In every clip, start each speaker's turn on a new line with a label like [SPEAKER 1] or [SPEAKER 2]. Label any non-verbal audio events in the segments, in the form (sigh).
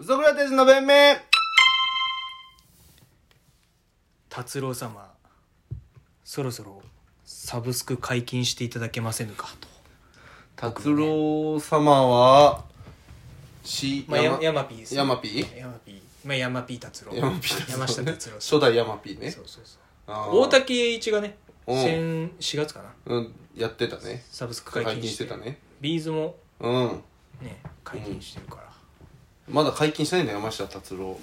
[SPEAKER 1] ソクラテスの弁明
[SPEAKER 2] 達郎様そろそろサブスク解禁していただけませんかと、
[SPEAKER 1] 達郎様は、し、
[SPEAKER 2] まあ、や
[SPEAKER 1] ヤ
[SPEAKER 2] ヤマピーです
[SPEAKER 1] マピ
[SPEAKER 2] ヤマピーまあヤマピー達郎
[SPEAKER 1] ーヤマピー達郎
[SPEAKER 2] 山下達郎
[SPEAKER 1] 初代ヤマピーね
[SPEAKER 2] そうそうそう
[SPEAKER 1] あー
[SPEAKER 2] 大竹栄一がね
[SPEAKER 1] うん
[SPEAKER 2] 先4月かな
[SPEAKER 1] うんやってたね
[SPEAKER 2] サブスク解
[SPEAKER 1] 解
[SPEAKER 2] 禁
[SPEAKER 1] 禁
[SPEAKER 2] し
[SPEAKER 1] しててたね
[SPEAKER 2] ビーズも
[SPEAKER 1] うん
[SPEAKER 2] ね解禁してるから、
[SPEAKER 1] まだ解禁してないんだ山下達郎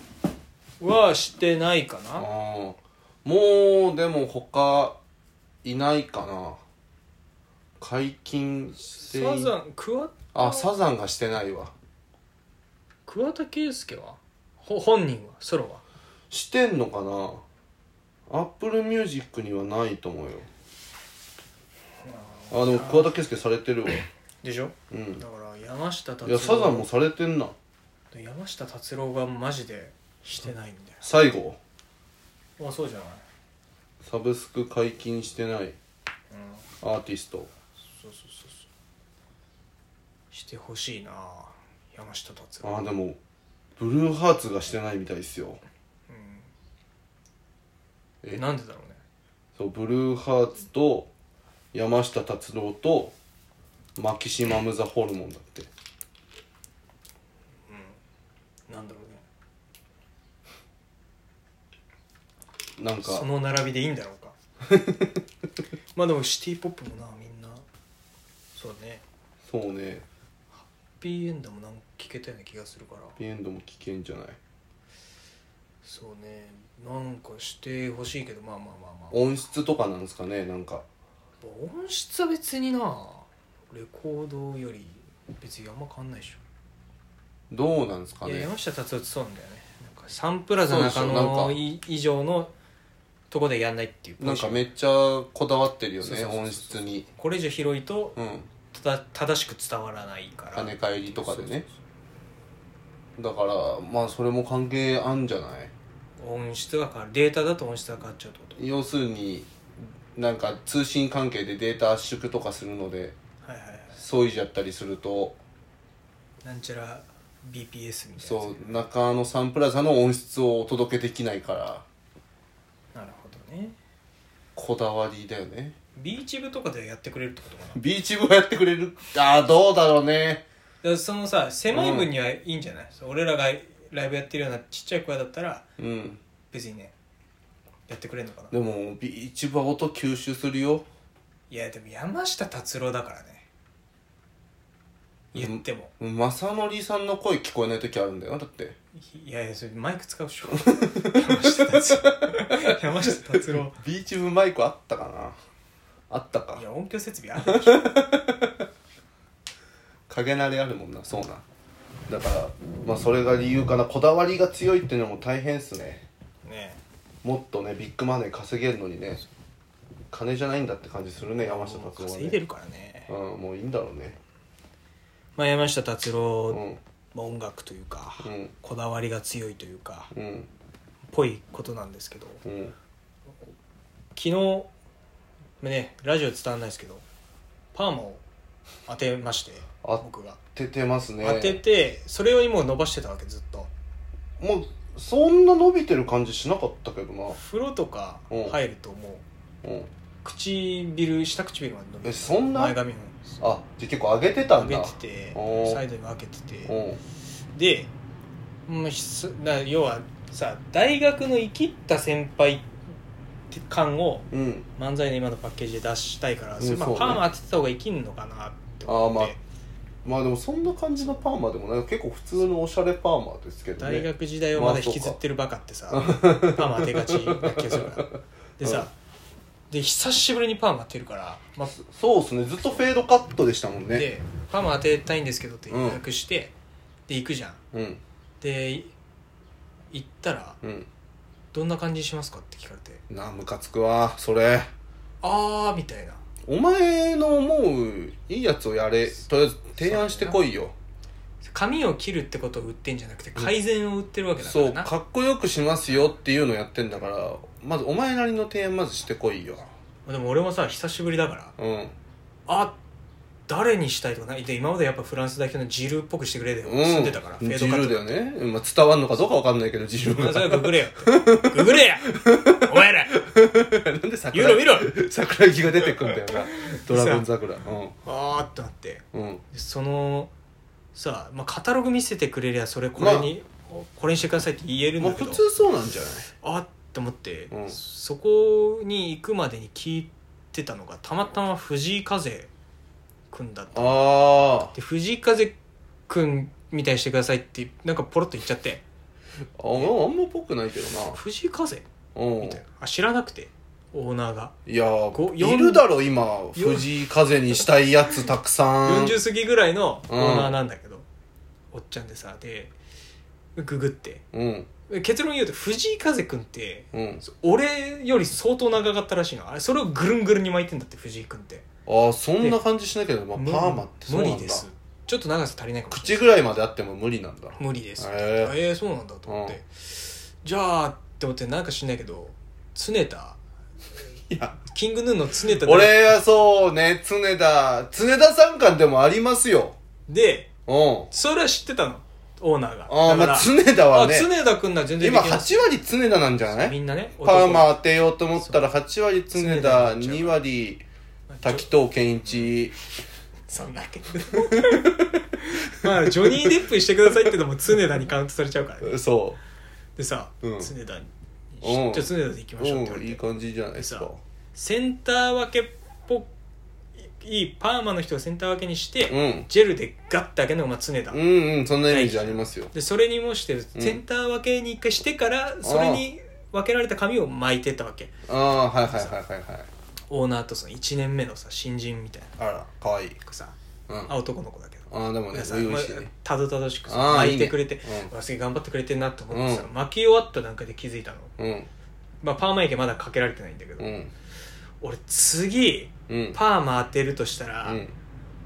[SPEAKER 2] はしてないか
[SPEAKER 1] あ
[SPEAKER 2] な
[SPEAKER 1] ーもうでも他いないかな解禁してい
[SPEAKER 2] サザン桑
[SPEAKER 1] あサザンがしてないわ
[SPEAKER 2] 桑田佳祐はほ本人はソロは
[SPEAKER 1] してんのかなアップルミュージックにはないと思うよあでも桑田佳祐されてるわ
[SPEAKER 2] でしょ
[SPEAKER 1] うん
[SPEAKER 2] だから山下達
[SPEAKER 1] い
[SPEAKER 2] 郎
[SPEAKER 1] やサザンもされてんな
[SPEAKER 2] 山下達郎がマジでしてないんだよ
[SPEAKER 1] 最後
[SPEAKER 2] あそうじゃない
[SPEAKER 1] サブスク解禁してない
[SPEAKER 2] うん
[SPEAKER 1] アーティスト
[SPEAKER 2] そうそうそうそうしてほしいな山下達郎
[SPEAKER 1] あーでもブルーハーツがしてないみたいですよえ
[SPEAKER 2] なんでだろうね
[SPEAKER 1] そうブルーハーツと山下達郎とマキシマム・ザ・ホルモンだって
[SPEAKER 2] なんだろうね
[SPEAKER 1] なん
[SPEAKER 2] そ
[SPEAKER 1] か
[SPEAKER 2] の並びでいいんだろうか (laughs) まあでもシティポップもなみんなそうだね
[SPEAKER 1] そうね
[SPEAKER 2] B エンドもなんか聞けたような気がするから
[SPEAKER 1] ピエンドも聞けんじゃない
[SPEAKER 2] そうねなんかしてほしいけどまあまあまあまあ
[SPEAKER 1] 音質とかなんですかねなんか
[SPEAKER 2] 音質は別になレコードより別にあんま変わんないでしょ
[SPEAKER 1] どうなんですか
[SPEAKER 2] いや
[SPEAKER 1] ね
[SPEAKER 2] 山下達郎ってそうなんだよねなんかサンプラザ中
[SPEAKER 1] そう
[SPEAKER 2] 野
[SPEAKER 1] で
[SPEAKER 2] い以上のとこでやんないっていう
[SPEAKER 1] なんかめ
[SPEAKER 2] っ
[SPEAKER 1] っちゃこだわってるよ
[SPEAKER 2] そう
[SPEAKER 1] ね
[SPEAKER 2] そうそうそう
[SPEAKER 1] 音質に
[SPEAKER 2] これ以上広いと
[SPEAKER 1] うん
[SPEAKER 2] ただ正しく伝わらないから
[SPEAKER 1] 跳ね返りとかで
[SPEAKER 2] そう
[SPEAKER 1] ねだからまあそれも関係あんじゃな
[SPEAKER 2] そうそう音質が変わるデータだと音質が変わっちゃうってこ
[SPEAKER 1] い要するになんか通信関係でデータ圧縮とかするので
[SPEAKER 2] とはいはいはい
[SPEAKER 1] 削いじゃったりすると
[SPEAKER 2] なんちゃら BPS みたいなや
[SPEAKER 1] そう中野サンプラザの音質をお届けできないから
[SPEAKER 2] つなるほどね
[SPEAKER 1] こだわりだよね
[SPEAKER 2] ビーチ部とかでやってくれるってことかなだか
[SPEAKER 1] ビーチ部やってくれるああどうだろうね
[SPEAKER 2] らそのさ狭い分にはいいんじゃない、そう俺らがライブやってるようなちっちゃい小屋だったら
[SPEAKER 1] うん
[SPEAKER 2] 別にねやってくれるのかな
[SPEAKER 1] でもビーチ部は音吸収するよ
[SPEAKER 2] いやでも山下達郎だからね言っても、
[SPEAKER 1] 正則さんの声聞こえない時あるんだよなだって
[SPEAKER 2] いやいやそれマイク使う
[SPEAKER 1] (laughs)
[SPEAKER 2] でしょ山下達郎山下達郎
[SPEAKER 1] ビーチ部マイクあったかなあったか
[SPEAKER 2] いや音響設備あるでしょ
[SPEAKER 1] 影慣れあるもんなそうなだからまあそれが理由かなこだわりが強いっていうのも大変っすね
[SPEAKER 2] ね
[SPEAKER 1] もっとねビッグマネー稼げるのにね金じゃないんだって感じするね山下
[SPEAKER 2] もう
[SPEAKER 1] 達郎は
[SPEAKER 2] 稼いで
[SPEAKER 1] ね
[SPEAKER 2] るからね、
[SPEAKER 1] うんもういいんだろうね
[SPEAKER 2] まあ、山下達郎、
[SPEAKER 1] うん
[SPEAKER 2] まあ、音楽というか、
[SPEAKER 1] うん
[SPEAKER 2] こだわりが強いというか
[SPEAKER 1] うん
[SPEAKER 2] ぽいことなんですけど昨
[SPEAKER 1] うん
[SPEAKER 2] 日ねラジオ伝わんないですけどパーマを当てまして
[SPEAKER 1] あ
[SPEAKER 2] 僕が、
[SPEAKER 1] 出てますね
[SPEAKER 2] 当ててそれよりも伸ばしてたわけずっと
[SPEAKER 1] もうそんな伸びてる感じしなかったけどな
[SPEAKER 2] 風呂とか入るともう
[SPEAKER 1] うん
[SPEAKER 2] 唇下唇まで伸びて
[SPEAKER 1] えそんな
[SPEAKER 2] 前髪も
[SPEAKER 1] あじゃあ結構上げてた
[SPEAKER 2] 上
[SPEAKER 1] ん
[SPEAKER 2] げ
[SPEAKER 1] だ
[SPEAKER 2] てて
[SPEAKER 1] おー
[SPEAKER 2] サイドに分けて
[SPEAKER 1] う
[SPEAKER 2] て
[SPEAKER 1] ん
[SPEAKER 2] で、うん、ひすな要はさ大学の生きった先輩って感を
[SPEAKER 1] うん
[SPEAKER 2] 漫才の今のパッケージで出したいから、それ
[SPEAKER 1] うん
[SPEAKER 2] まあ
[SPEAKER 1] そうね
[SPEAKER 2] パーマ当ててた方が生きんのかなって思って、
[SPEAKER 1] あーまあまあでもそんな感じのパーマでもない結構普通のおしゃれパーマですけどね
[SPEAKER 2] 大学時代をまだ引きずってるバカって
[SPEAKER 1] (laughs)
[SPEAKER 2] さ、パーマ当てがちな気がするからでさ、で久しぶりにパーマ当てるから、まあ、
[SPEAKER 1] そうですねずっとフェードカットでしたもんね
[SPEAKER 2] でパーマ当てたいんですけどって予約して、で行くじゃん
[SPEAKER 1] うん
[SPEAKER 2] でい行ったら
[SPEAKER 1] うん
[SPEAKER 2] 「どんな感じにしますか?」って聞かれて
[SPEAKER 1] なあムカつくわそれ
[SPEAKER 2] 「あー」みたいな
[SPEAKER 1] お前の思ういいやつをやれとりあえず提案してこいよ
[SPEAKER 2] 髪を切るってことを売ってんじゃなくて改善を売ってるわけだか
[SPEAKER 1] そう
[SPEAKER 2] らな、
[SPEAKER 1] かっこよくしますよっていうのやってんだからまずお前なりの提案まずしてこいよ
[SPEAKER 2] でも俺もさ久しぶりだから
[SPEAKER 1] うん
[SPEAKER 2] 「あ誰にしたいとかないで今までやっぱフランス代表のジルーっぽくしてくれで
[SPEAKER 1] うん
[SPEAKER 2] 住んでたから、フェ
[SPEAKER 1] ジ
[SPEAKER 2] ードカ
[SPEAKER 1] ル
[SPEAKER 2] ッ
[SPEAKER 1] ーだ
[SPEAKER 2] ト
[SPEAKER 1] よね、うんまあ、伝わんのかどうかわかんないけどジル
[SPEAKER 2] (laughs) ま
[SPEAKER 1] ー
[SPEAKER 2] あそ
[SPEAKER 1] が
[SPEAKER 2] れはググれよってググれやお前ら
[SPEAKER 1] なんで桜
[SPEAKER 2] 見ろ見ろ
[SPEAKER 1] 桜木が出てくんだよなドラゴン桜うん
[SPEAKER 2] (laughs) あーってなって
[SPEAKER 1] うん
[SPEAKER 2] そのさあ、まあ、カタログ見せてくれりゃそれこれに、これにしてくださいって言えるん
[SPEAKER 1] まあ
[SPEAKER 2] だけ
[SPEAKER 1] 普
[SPEAKER 2] ど
[SPEAKER 1] 通そうなんじゃない
[SPEAKER 2] あって思って、
[SPEAKER 1] うん
[SPEAKER 2] そこに行くまでに聞いてたのがたまたま藤井風くんだった
[SPEAKER 1] あ
[SPEAKER 2] で藤井風くんみたいにしてくださいってなんかポロッと言っちゃって
[SPEAKER 1] ーああんまぽくないけどな
[SPEAKER 2] 藤井風
[SPEAKER 1] うん
[SPEAKER 2] みたいなあ知らなくてオーナーが
[SPEAKER 1] いや
[SPEAKER 2] ご
[SPEAKER 1] ー
[SPEAKER 2] よん
[SPEAKER 1] いるだろ今藤井風にしたいやつたくさん
[SPEAKER 2] 40過ぎぐらいの
[SPEAKER 1] う
[SPEAKER 2] オ
[SPEAKER 1] ん
[SPEAKER 2] ーナーなんだけど、おっちゃんでさでググって
[SPEAKER 1] うん
[SPEAKER 2] 結論言うと藤井風くんって
[SPEAKER 1] うん
[SPEAKER 2] 俺より相当長かったらしいのあれそれをぐるんぐるんに巻いてんだって藤井くんって
[SPEAKER 1] ああそんな感じしないけど、まあ、
[SPEAKER 2] 無
[SPEAKER 1] パーマってそう
[SPEAKER 2] 無
[SPEAKER 1] な
[SPEAKER 2] 理
[SPEAKER 1] ん
[SPEAKER 2] で
[SPEAKER 1] だ
[SPEAKER 2] すちょっと長さ足りないかもしれない
[SPEAKER 1] 口ぐらいまであっても無理なんだ
[SPEAKER 2] 無理です
[SPEAKER 1] へ
[SPEAKER 2] え
[SPEAKER 1] え
[SPEAKER 2] えーそうなんだと思って、
[SPEAKER 1] うん
[SPEAKER 2] じゃあって思ってなんか知んないけど常田
[SPEAKER 1] (laughs) いや
[SPEAKER 2] キングヌーの常田
[SPEAKER 1] 俺はそうね常田常田さん感でもありますよ
[SPEAKER 2] で
[SPEAKER 1] うんあ
[SPEAKER 2] それは知ってたのオーナーが
[SPEAKER 1] あー
[SPEAKER 2] だか
[SPEAKER 1] ま
[SPEAKER 2] ら
[SPEAKER 1] あ常田はね
[SPEAKER 2] あ常田君なら全然
[SPEAKER 1] 今
[SPEAKER 2] できま
[SPEAKER 1] 8
[SPEAKER 2] す
[SPEAKER 1] 割常田なんじゃない
[SPEAKER 2] みんなね
[SPEAKER 1] パーマ
[SPEAKER 2] 男
[SPEAKER 1] 当てようと思ったら8割常
[SPEAKER 2] 常
[SPEAKER 1] 田
[SPEAKER 2] 田
[SPEAKER 1] 2割滝
[SPEAKER 2] ちょ
[SPEAKER 1] 藤健一
[SPEAKER 2] そんなわけ (laughs) まあジョニー・デップにしてくださいってのも常田にカウントされちゃうからね
[SPEAKER 1] そ
[SPEAKER 2] でさ、
[SPEAKER 1] うん
[SPEAKER 2] 常田に
[SPEAKER 1] うん
[SPEAKER 2] じゃあ常田でいき
[SPEAKER 1] う
[SPEAKER 2] ましょうって言わ
[SPEAKER 1] うん
[SPEAKER 2] れて
[SPEAKER 1] いい感じじゃないです
[SPEAKER 2] で
[SPEAKER 1] か
[SPEAKER 2] さセンター分けっぽいいパーマの人がセンター分けにして、
[SPEAKER 1] うん
[SPEAKER 2] ジェルでガッて開けるのがまあ常だ、
[SPEAKER 1] うんうんそんなイメージありますよ
[SPEAKER 2] でそれにもして
[SPEAKER 1] うん
[SPEAKER 2] センター分けに一回してから、それに分けられた髪を巻いてったわけ
[SPEAKER 1] ああはいはいはいはいはい
[SPEAKER 2] オーナーとその1年目のさ新人みたいな
[SPEAKER 1] あらかわいい
[SPEAKER 2] さ、
[SPEAKER 1] うん
[SPEAKER 2] あ男の子だけど
[SPEAKER 1] ああでもね
[SPEAKER 2] 皆さ
[SPEAKER 1] 初
[SPEAKER 2] ん
[SPEAKER 1] 々
[SPEAKER 2] ま
[SPEAKER 1] しいね
[SPEAKER 2] たどたどしくさ
[SPEAKER 1] あー
[SPEAKER 2] 巻い
[SPEAKER 1] いい
[SPEAKER 2] て
[SPEAKER 1] ね
[SPEAKER 2] くれて
[SPEAKER 1] うん
[SPEAKER 2] わすげえ頑張ってくれてんなと思ってさ、
[SPEAKER 1] うん
[SPEAKER 2] 巻き終わった段階で気づいたの、
[SPEAKER 1] うん
[SPEAKER 2] まあ、パーマ液まだかけられてないんだけど、
[SPEAKER 1] うん
[SPEAKER 2] 俺次
[SPEAKER 1] うん
[SPEAKER 2] パーマ当てるとしたら、
[SPEAKER 1] うん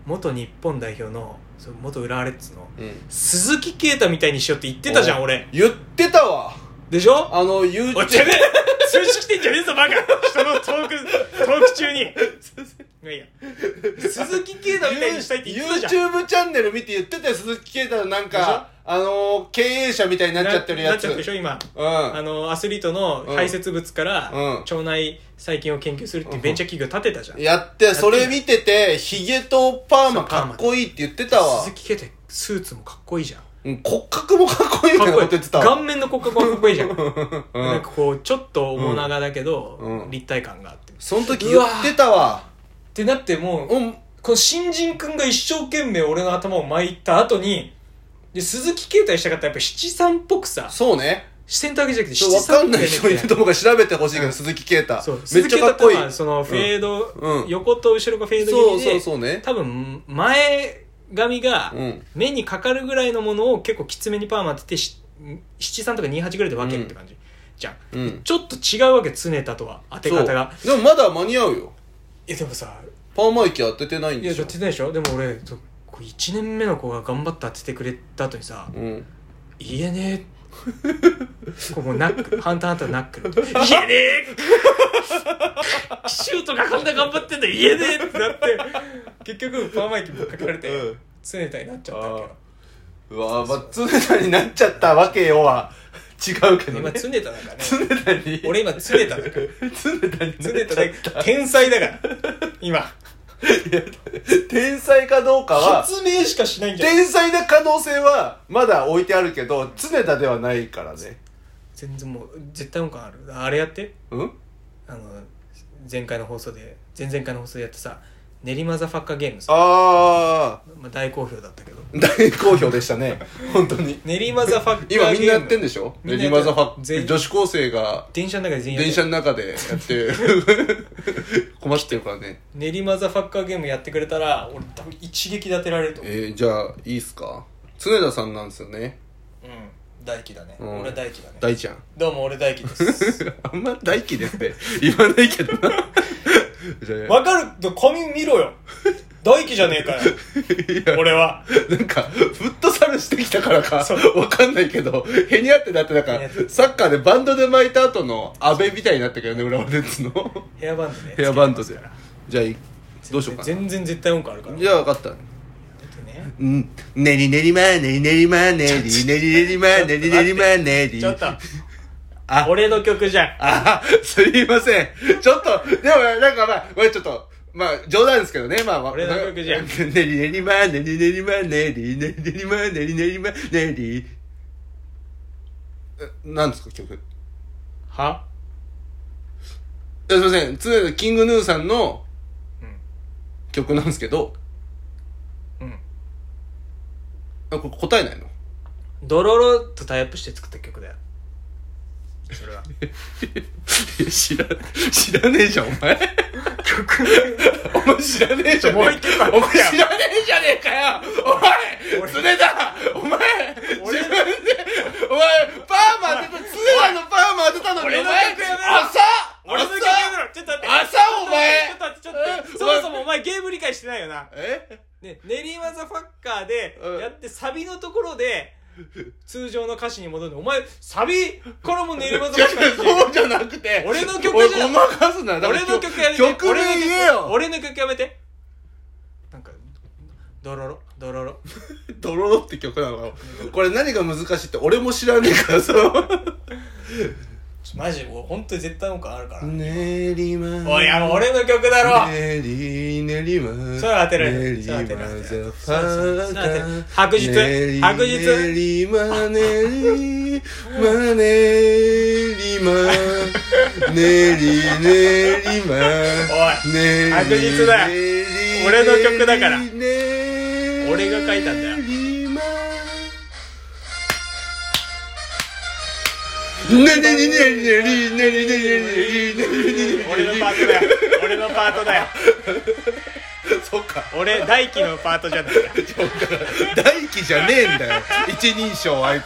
[SPEAKER 2] 元日本代表のその元浦和レッズの
[SPEAKER 1] うん
[SPEAKER 2] 鈴木啓太みたいにしようって言ってたじゃん
[SPEAKER 1] お
[SPEAKER 2] 俺
[SPEAKER 1] 言ってたわ
[SPEAKER 2] でしょ
[SPEAKER 1] あの YouTube
[SPEAKER 2] おいてめえ数字来てんじゃねえぞバカ人のト
[SPEAKER 1] (laughs)
[SPEAKER 2] ークトーク中にまあいいや鈴木啓太みたいにしたいって言ってたじゃん
[SPEAKER 1] YouTube チャンネル見て言ってたよ鈴木啓太のなん
[SPEAKER 2] でしょ
[SPEAKER 1] かあのー経営者みたいになっちゃってるやつ
[SPEAKER 2] ななっちゃってるで
[SPEAKER 1] う
[SPEAKER 2] しょ今あ
[SPEAKER 1] ん
[SPEAKER 2] のアスリートの排泄物から
[SPEAKER 1] うん
[SPEAKER 2] 腸内細菌を研究するっていうベンチャー企業立てたじゃん
[SPEAKER 1] やってそれ見ててヒゲとパー
[SPEAKER 2] そ
[SPEAKER 1] マ
[SPEAKER 2] うパーマ
[SPEAKER 1] かっこいいって言ってたわ
[SPEAKER 2] 鈴木啓太スーツもかっこいいじゃん
[SPEAKER 1] うん骨格もかっこいいみたいなこと言ってたわ
[SPEAKER 2] 顔面の骨格もかっこいいじゃん
[SPEAKER 1] うん
[SPEAKER 2] なんかこうちょっと面長だけど、
[SPEAKER 1] うん
[SPEAKER 2] 立体感があってっ
[SPEAKER 1] その時言ってたわ
[SPEAKER 2] てなってもう
[SPEAKER 1] うん
[SPEAKER 2] この新人くんが一生懸命俺の頭を巻いた後にで鈴木啓太にしたかったらやっぱ七三っぽくさ
[SPEAKER 1] そうね
[SPEAKER 2] センター分けじゃなくて
[SPEAKER 1] ちょ
[SPEAKER 2] 七
[SPEAKER 1] っとわか
[SPEAKER 2] 三っ
[SPEAKER 1] ん
[SPEAKER 2] ぽく
[SPEAKER 1] ない人いると思うから調べてほしいけど、
[SPEAKER 2] うん
[SPEAKER 1] 鈴木啓太
[SPEAKER 2] そう
[SPEAKER 1] め
[SPEAKER 2] 鈴
[SPEAKER 1] っち
[SPEAKER 2] 木
[SPEAKER 1] ゃ
[SPEAKER 2] 啓
[SPEAKER 1] か
[SPEAKER 2] 太
[SPEAKER 1] っこいい
[SPEAKER 2] まあそのフェード、
[SPEAKER 1] うん
[SPEAKER 2] 横と後ろがフェード
[SPEAKER 1] そう
[SPEAKER 2] 気味
[SPEAKER 1] そ
[SPEAKER 2] で
[SPEAKER 1] うそうね
[SPEAKER 2] 多分前髪が
[SPEAKER 1] うん
[SPEAKER 2] 目にかかるぐらいのものを結構きつめにパーマ当ててし七三とか二八ぐらいで分けるって感じ、じゃん
[SPEAKER 1] うん
[SPEAKER 2] ちょっと違うわけ常田とは当て
[SPEAKER 1] そう
[SPEAKER 2] 方が
[SPEAKER 1] でもまだ間に合うよ
[SPEAKER 2] いやでもさ
[SPEAKER 1] パーマ液当ててないん
[SPEAKER 2] いや
[SPEAKER 1] でし
[SPEAKER 2] や
[SPEAKER 1] ょ
[SPEAKER 2] ってないでしょでも俺そこう1年目の子が頑張って当ててくれた後にさ
[SPEAKER 1] うん
[SPEAKER 2] 「言え
[SPEAKER 1] (laughs)
[SPEAKER 2] ねえ」ここナックハンターハンターのナックル言えねえシュートがこんな頑張ってんだ言えねえってなって結局パーマイキもかけられて
[SPEAKER 1] うん
[SPEAKER 2] 常田になっちゃったわけよ
[SPEAKER 1] うわーまあ常田になっちゃったわけよは違うけど
[SPEAKER 2] 今
[SPEAKER 1] ね
[SPEAKER 2] 常田だからね
[SPEAKER 1] (laughs) 常田に
[SPEAKER 2] 俺今常田だから
[SPEAKER 1] 常田に
[SPEAKER 2] 常田
[SPEAKER 1] なっ
[SPEAKER 2] だから天才だから今
[SPEAKER 1] 天才かどうかは
[SPEAKER 2] 発明しかしないんじゃない
[SPEAKER 1] 天才な可能性はまだ置いてあるけど常田ではないからね
[SPEAKER 2] 全然もう絶対音感あるあれやって
[SPEAKER 1] うん
[SPEAKER 2] あの前回の放送で前々回の放送でやってさ「練馬ザファッカーゲームさ」
[SPEAKER 1] ああ
[SPEAKER 2] まあ、大好評だったけど
[SPEAKER 1] 大好評でしたね本当に
[SPEAKER 2] 練馬ザファッカーゲーム
[SPEAKER 1] 今みんなやってんでしょ
[SPEAKER 2] みん
[SPEAKER 1] レデ
[SPEAKER 2] なや
[SPEAKER 1] ィ
[SPEAKER 2] って
[SPEAKER 1] マザ
[SPEAKER 2] る
[SPEAKER 1] ファ
[SPEAKER 2] 全員
[SPEAKER 1] 女子高生が
[SPEAKER 2] 電車の中で全員や
[SPEAKER 1] 電
[SPEAKER 2] って
[SPEAKER 1] 車
[SPEAKER 2] る
[SPEAKER 1] の中でやって
[SPEAKER 2] (laughs)
[SPEAKER 1] 困ってるからね
[SPEAKER 2] 練馬ザファッカーゲームやってくれたら俺多分一撃で当てられると思う、
[SPEAKER 1] えー、じゃあいいっすか常田さんなんですよね
[SPEAKER 2] うん大輝だね、
[SPEAKER 1] うん
[SPEAKER 2] 俺は大輝だね
[SPEAKER 1] 大ちゃん
[SPEAKER 2] どうも俺大輝です
[SPEAKER 1] (laughs) あんま大輝ですって言わないけどな (laughs) じゃあ
[SPEAKER 2] わかる髪見ろよ大輝じゃねえか
[SPEAKER 1] (laughs)
[SPEAKER 2] よ俺は
[SPEAKER 1] なんかフットサルしてきたからか
[SPEAKER 2] そう
[SPEAKER 1] わかんないけどへにゃってなってなんか
[SPEAKER 2] へにゃって
[SPEAKER 1] サッカーでバンドで巻いた後の阿部みたいになったけどね浦和レッズの
[SPEAKER 2] ヘアバンドね
[SPEAKER 1] ヘアバンドで
[SPEAKER 2] つけてますから
[SPEAKER 1] じゃあいどうしようかな
[SPEAKER 2] 全然絶対音感あるから
[SPEAKER 1] じゃあ分かった
[SPEAKER 2] だってね
[SPEAKER 1] うんねりねりまねりねりまねりねりねりまねりねりまねり
[SPEAKER 2] ちょっと
[SPEAKER 1] あ
[SPEAKER 2] 俺の曲じゃん
[SPEAKER 1] あすいませんちょっとでもなんかまあまあちょっとまあ冗談ですけどねまあまあ
[SPEAKER 2] 俺の曲じゃん
[SPEAKER 1] ねりねりまねりねりまねりねりねりまねりねりまねりえなんですか曲
[SPEAKER 2] は
[SPEAKER 1] いやすいません常にキングヌーさんの
[SPEAKER 2] うん
[SPEAKER 1] 曲なんですけど
[SPEAKER 2] うん
[SPEAKER 1] あこれ答えないの
[SPEAKER 2] ドロロとタイアップして作った曲だよそ
[SPEAKER 1] (laughs)
[SPEAKER 2] れは
[SPEAKER 1] 知ら、知らねえじゃん、お前。
[SPEAKER 2] 曲
[SPEAKER 1] お前知らねえじゃん。
[SPEAKER 2] もう一曲あった
[SPEAKER 1] お前知らねえじゃねえかよお前
[SPEAKER 2] 俺
[SPEAKER 1] 常田お前自分で、お前、パーマ当てた、常田のパーマ当てたのに、
[SPEAKER 2] 俺
[SPEAKER 1] お
[SPEAKER 2] の
[SPEAKER 1] 前、
[SPEAKER 2] 曲やめろ
[SPEAKER 1] 朝
[SPEAKER 2] 俺の曲やめろちょっと待って
[SPEAKER 1] 朝お前
[SPEAKER 2] ちょっと待ってちょっと待って
[SPEAKER 1] え
[SPEAKER 2] そもそもお前ゲーム理解してないよな
[SPEAKER 1] え
[SPEAKER 2] ね、練馬ザファッカーで
[SPEAKER 1] うん
[SPEAKER 2] やってサビのところで通常の歌詞に戻るのお前サビからも練馬ザ
[SPEAKER 1] 違
[SPEAKER 2] ファッ
[SPEAKER 1] (laughs)
[SPEAKER 2] カー
[SPEAKER 1] う違う、そうじゃなくて。
[SPEAKER 2] 俺の曲じゃ
[SPEAKER 1] おいごまかすな。だから
[SPEAKER 2] 俺の曲やめて
[SPEAKER 1] 曲名言えよ。
[SPEAKER 2] 俺の曲やめてなんかドロロドロロ
[SPEAKER 1] ドロロって曲なのかなこれ何が難しいって、俺も知らねえから、その。
[SPEAKER 2] マジもう本当に絶対音感あるから、
[SPEAKER 1] ねりま
[SPEAKER 2] おいやもう俺の曲だろ、
[SPEAKER 1] ねりねりま
[SPEAKER 2] それは当てられる
[SPEAKER 1] ねりま
[SPEAKER 2] それは当てられる
[SPEAKER 1] ザファーカー
[SPEAKER 2] 白日
[SPEAKER 1] ねり
[SPEAKER 2] 白日
[SPEAKER 1] ねりまねりまねりまねりねりま
[SPEAKER 2] おい
[SPEAKER 1] ねり
[SPEAKER 2] 白日だよ
[SPEAKER 1] ねり
[SPEAKER 2] 俺の曲だから
[SPEAKER 1] ねり
[SPEAKER 2] 俺が書いたんだよ
[SPEAKER 1] ねりまねりねりねりねりねりねりねりねり
[SPEAKER 2] (laughs)
[SPEAKER 1] ね
[SPEAKER 2] 俺のパートだよ俺のパートだよ
[SPEAKER 1] そっか
[SPEAKER 2] 俺大輝のパートじゃないか
[SPEAKER 1] 大輝じゃねえんだよ一人称あいつ